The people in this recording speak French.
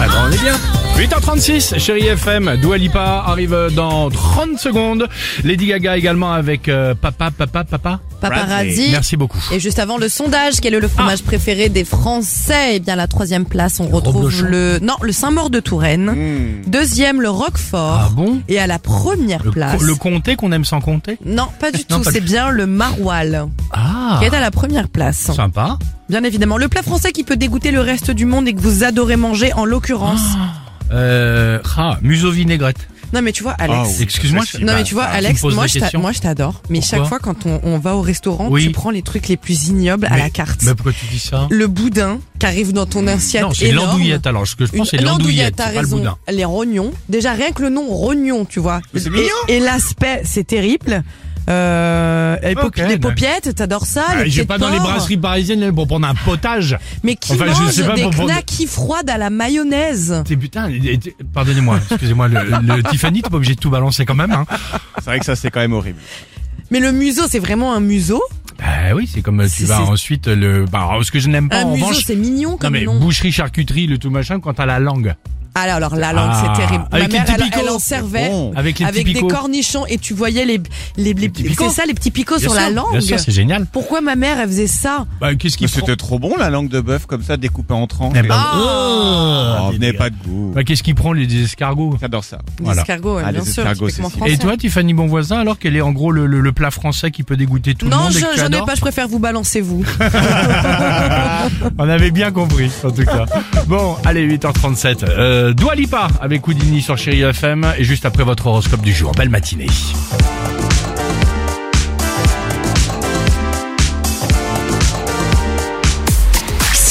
Ah ben, on est bien 8h36, chérie FM, Dua Lipa arrive dans 30 secondes. Lady Gaga également avec euh, Papa, Papa, Papa. Paparazzi. Merci beaucoup. Et juste avant le sondage, quel est le fromage préféré des Français Eh bien, la troisième place, on retrouve reblochon. le non le Saint-Maur de Touraine. Deuxième, le Roquefort. Hmm. Ah bon Et à la première Le, place. co- le comté qu'on aime sans compter Non, pas du Non, tout. pas C'est du- bien le maroilles Ah qui est à la première place. Sympa. Bien évidemment, le plat français qui peut dégoûter le reste du monde et que vous adorez manger, en l'occurrence. Ah. Euh, ah, museau vinaigrette. Non, mais tu vois, Alex. Excuse-moi, je Non mais tu Ah, vois Bah, tu me Alex, poses moi des je, t'a- questions. moi, je t'adore, mais Pourquoi chaque fois quand on, on va au restaurant, Oui. tu prends les trucs les plus ignobles à Mais- la carte. Mais pourquoi tu dis ça Le boudin qui arrive dans ton assiette Non, c'est énorme. l'andouillette alors. Ce que je Une- pense, c'est l'andouillette, t'as c'est pas le raison. boudin. les rognons. Déjà rien que le nom rognon, tu vois. Mais c'est Et- mignon. Et, l'aspect, c'est terrible. Euh, et Ok, les d'accord. popiettes, t'adores ça. Ah, les J'ai pieds pas de dans les porc. brasseries parisiennes pour prendre un potage. Mais qui Enfin, je mange sais pas des pour prendre- knackis froides à la mayonnaise T'es putain, et- et- pardonnez-moi, excusez-moi, le, le Tiffany, t'es pas obligé de tout balancer quand même. Hein. C'est vrai que ça, c'est quand même horrible. Mais le museau, c'est vraiment un museau. Bah oui, c'est comme euh, tu C'est- vas c'est- ensuite le. Bah, alors, ce que je n'aime pas Un en museau, revanche. c'est mignon Non comme mais nom. boucherie, charcuterie, le tout machin, quand t'as la langue. Alors, alors la langue, Ah, c'est terrible. Ma avec les mère, elle, typicos. elle en servait. Bon. Avec les Avec petits des picots. cornichons et tu voyais les les, les- petits picots. c'est ça les petits picots Bien sur la sûr, langue. Bien sûr, c'est génial. Pourquoi ma mère elle faisait ça Bah qu'est-ce Mais qu'il prend C'était trop bon, la langue de bœuf, comme ça, découpée en tranches. Eh ben, Ah. Oh, des venez dégâts. pas de goût. Bah qu'est-ce qu'il prend les, les escargots J'adore ça. Des Voilà. escargots, ouais, Ah, bien les sûr, escargots, typiquement c'est- français. Et toi, Tiffany Bonvoisin, alors qu'elle est en gros le, le- le plat français qui peut dégoûter tout le non, monde et je- que tu j'en ai adores pas, je préfère vous balancer vous. On avait bien compris, en tout cas. Bon, allez, 8h37. Euh, Dua Lipa avec Houdini sur Chéri FM et juste après votre horoscope du jour. Belle matinée.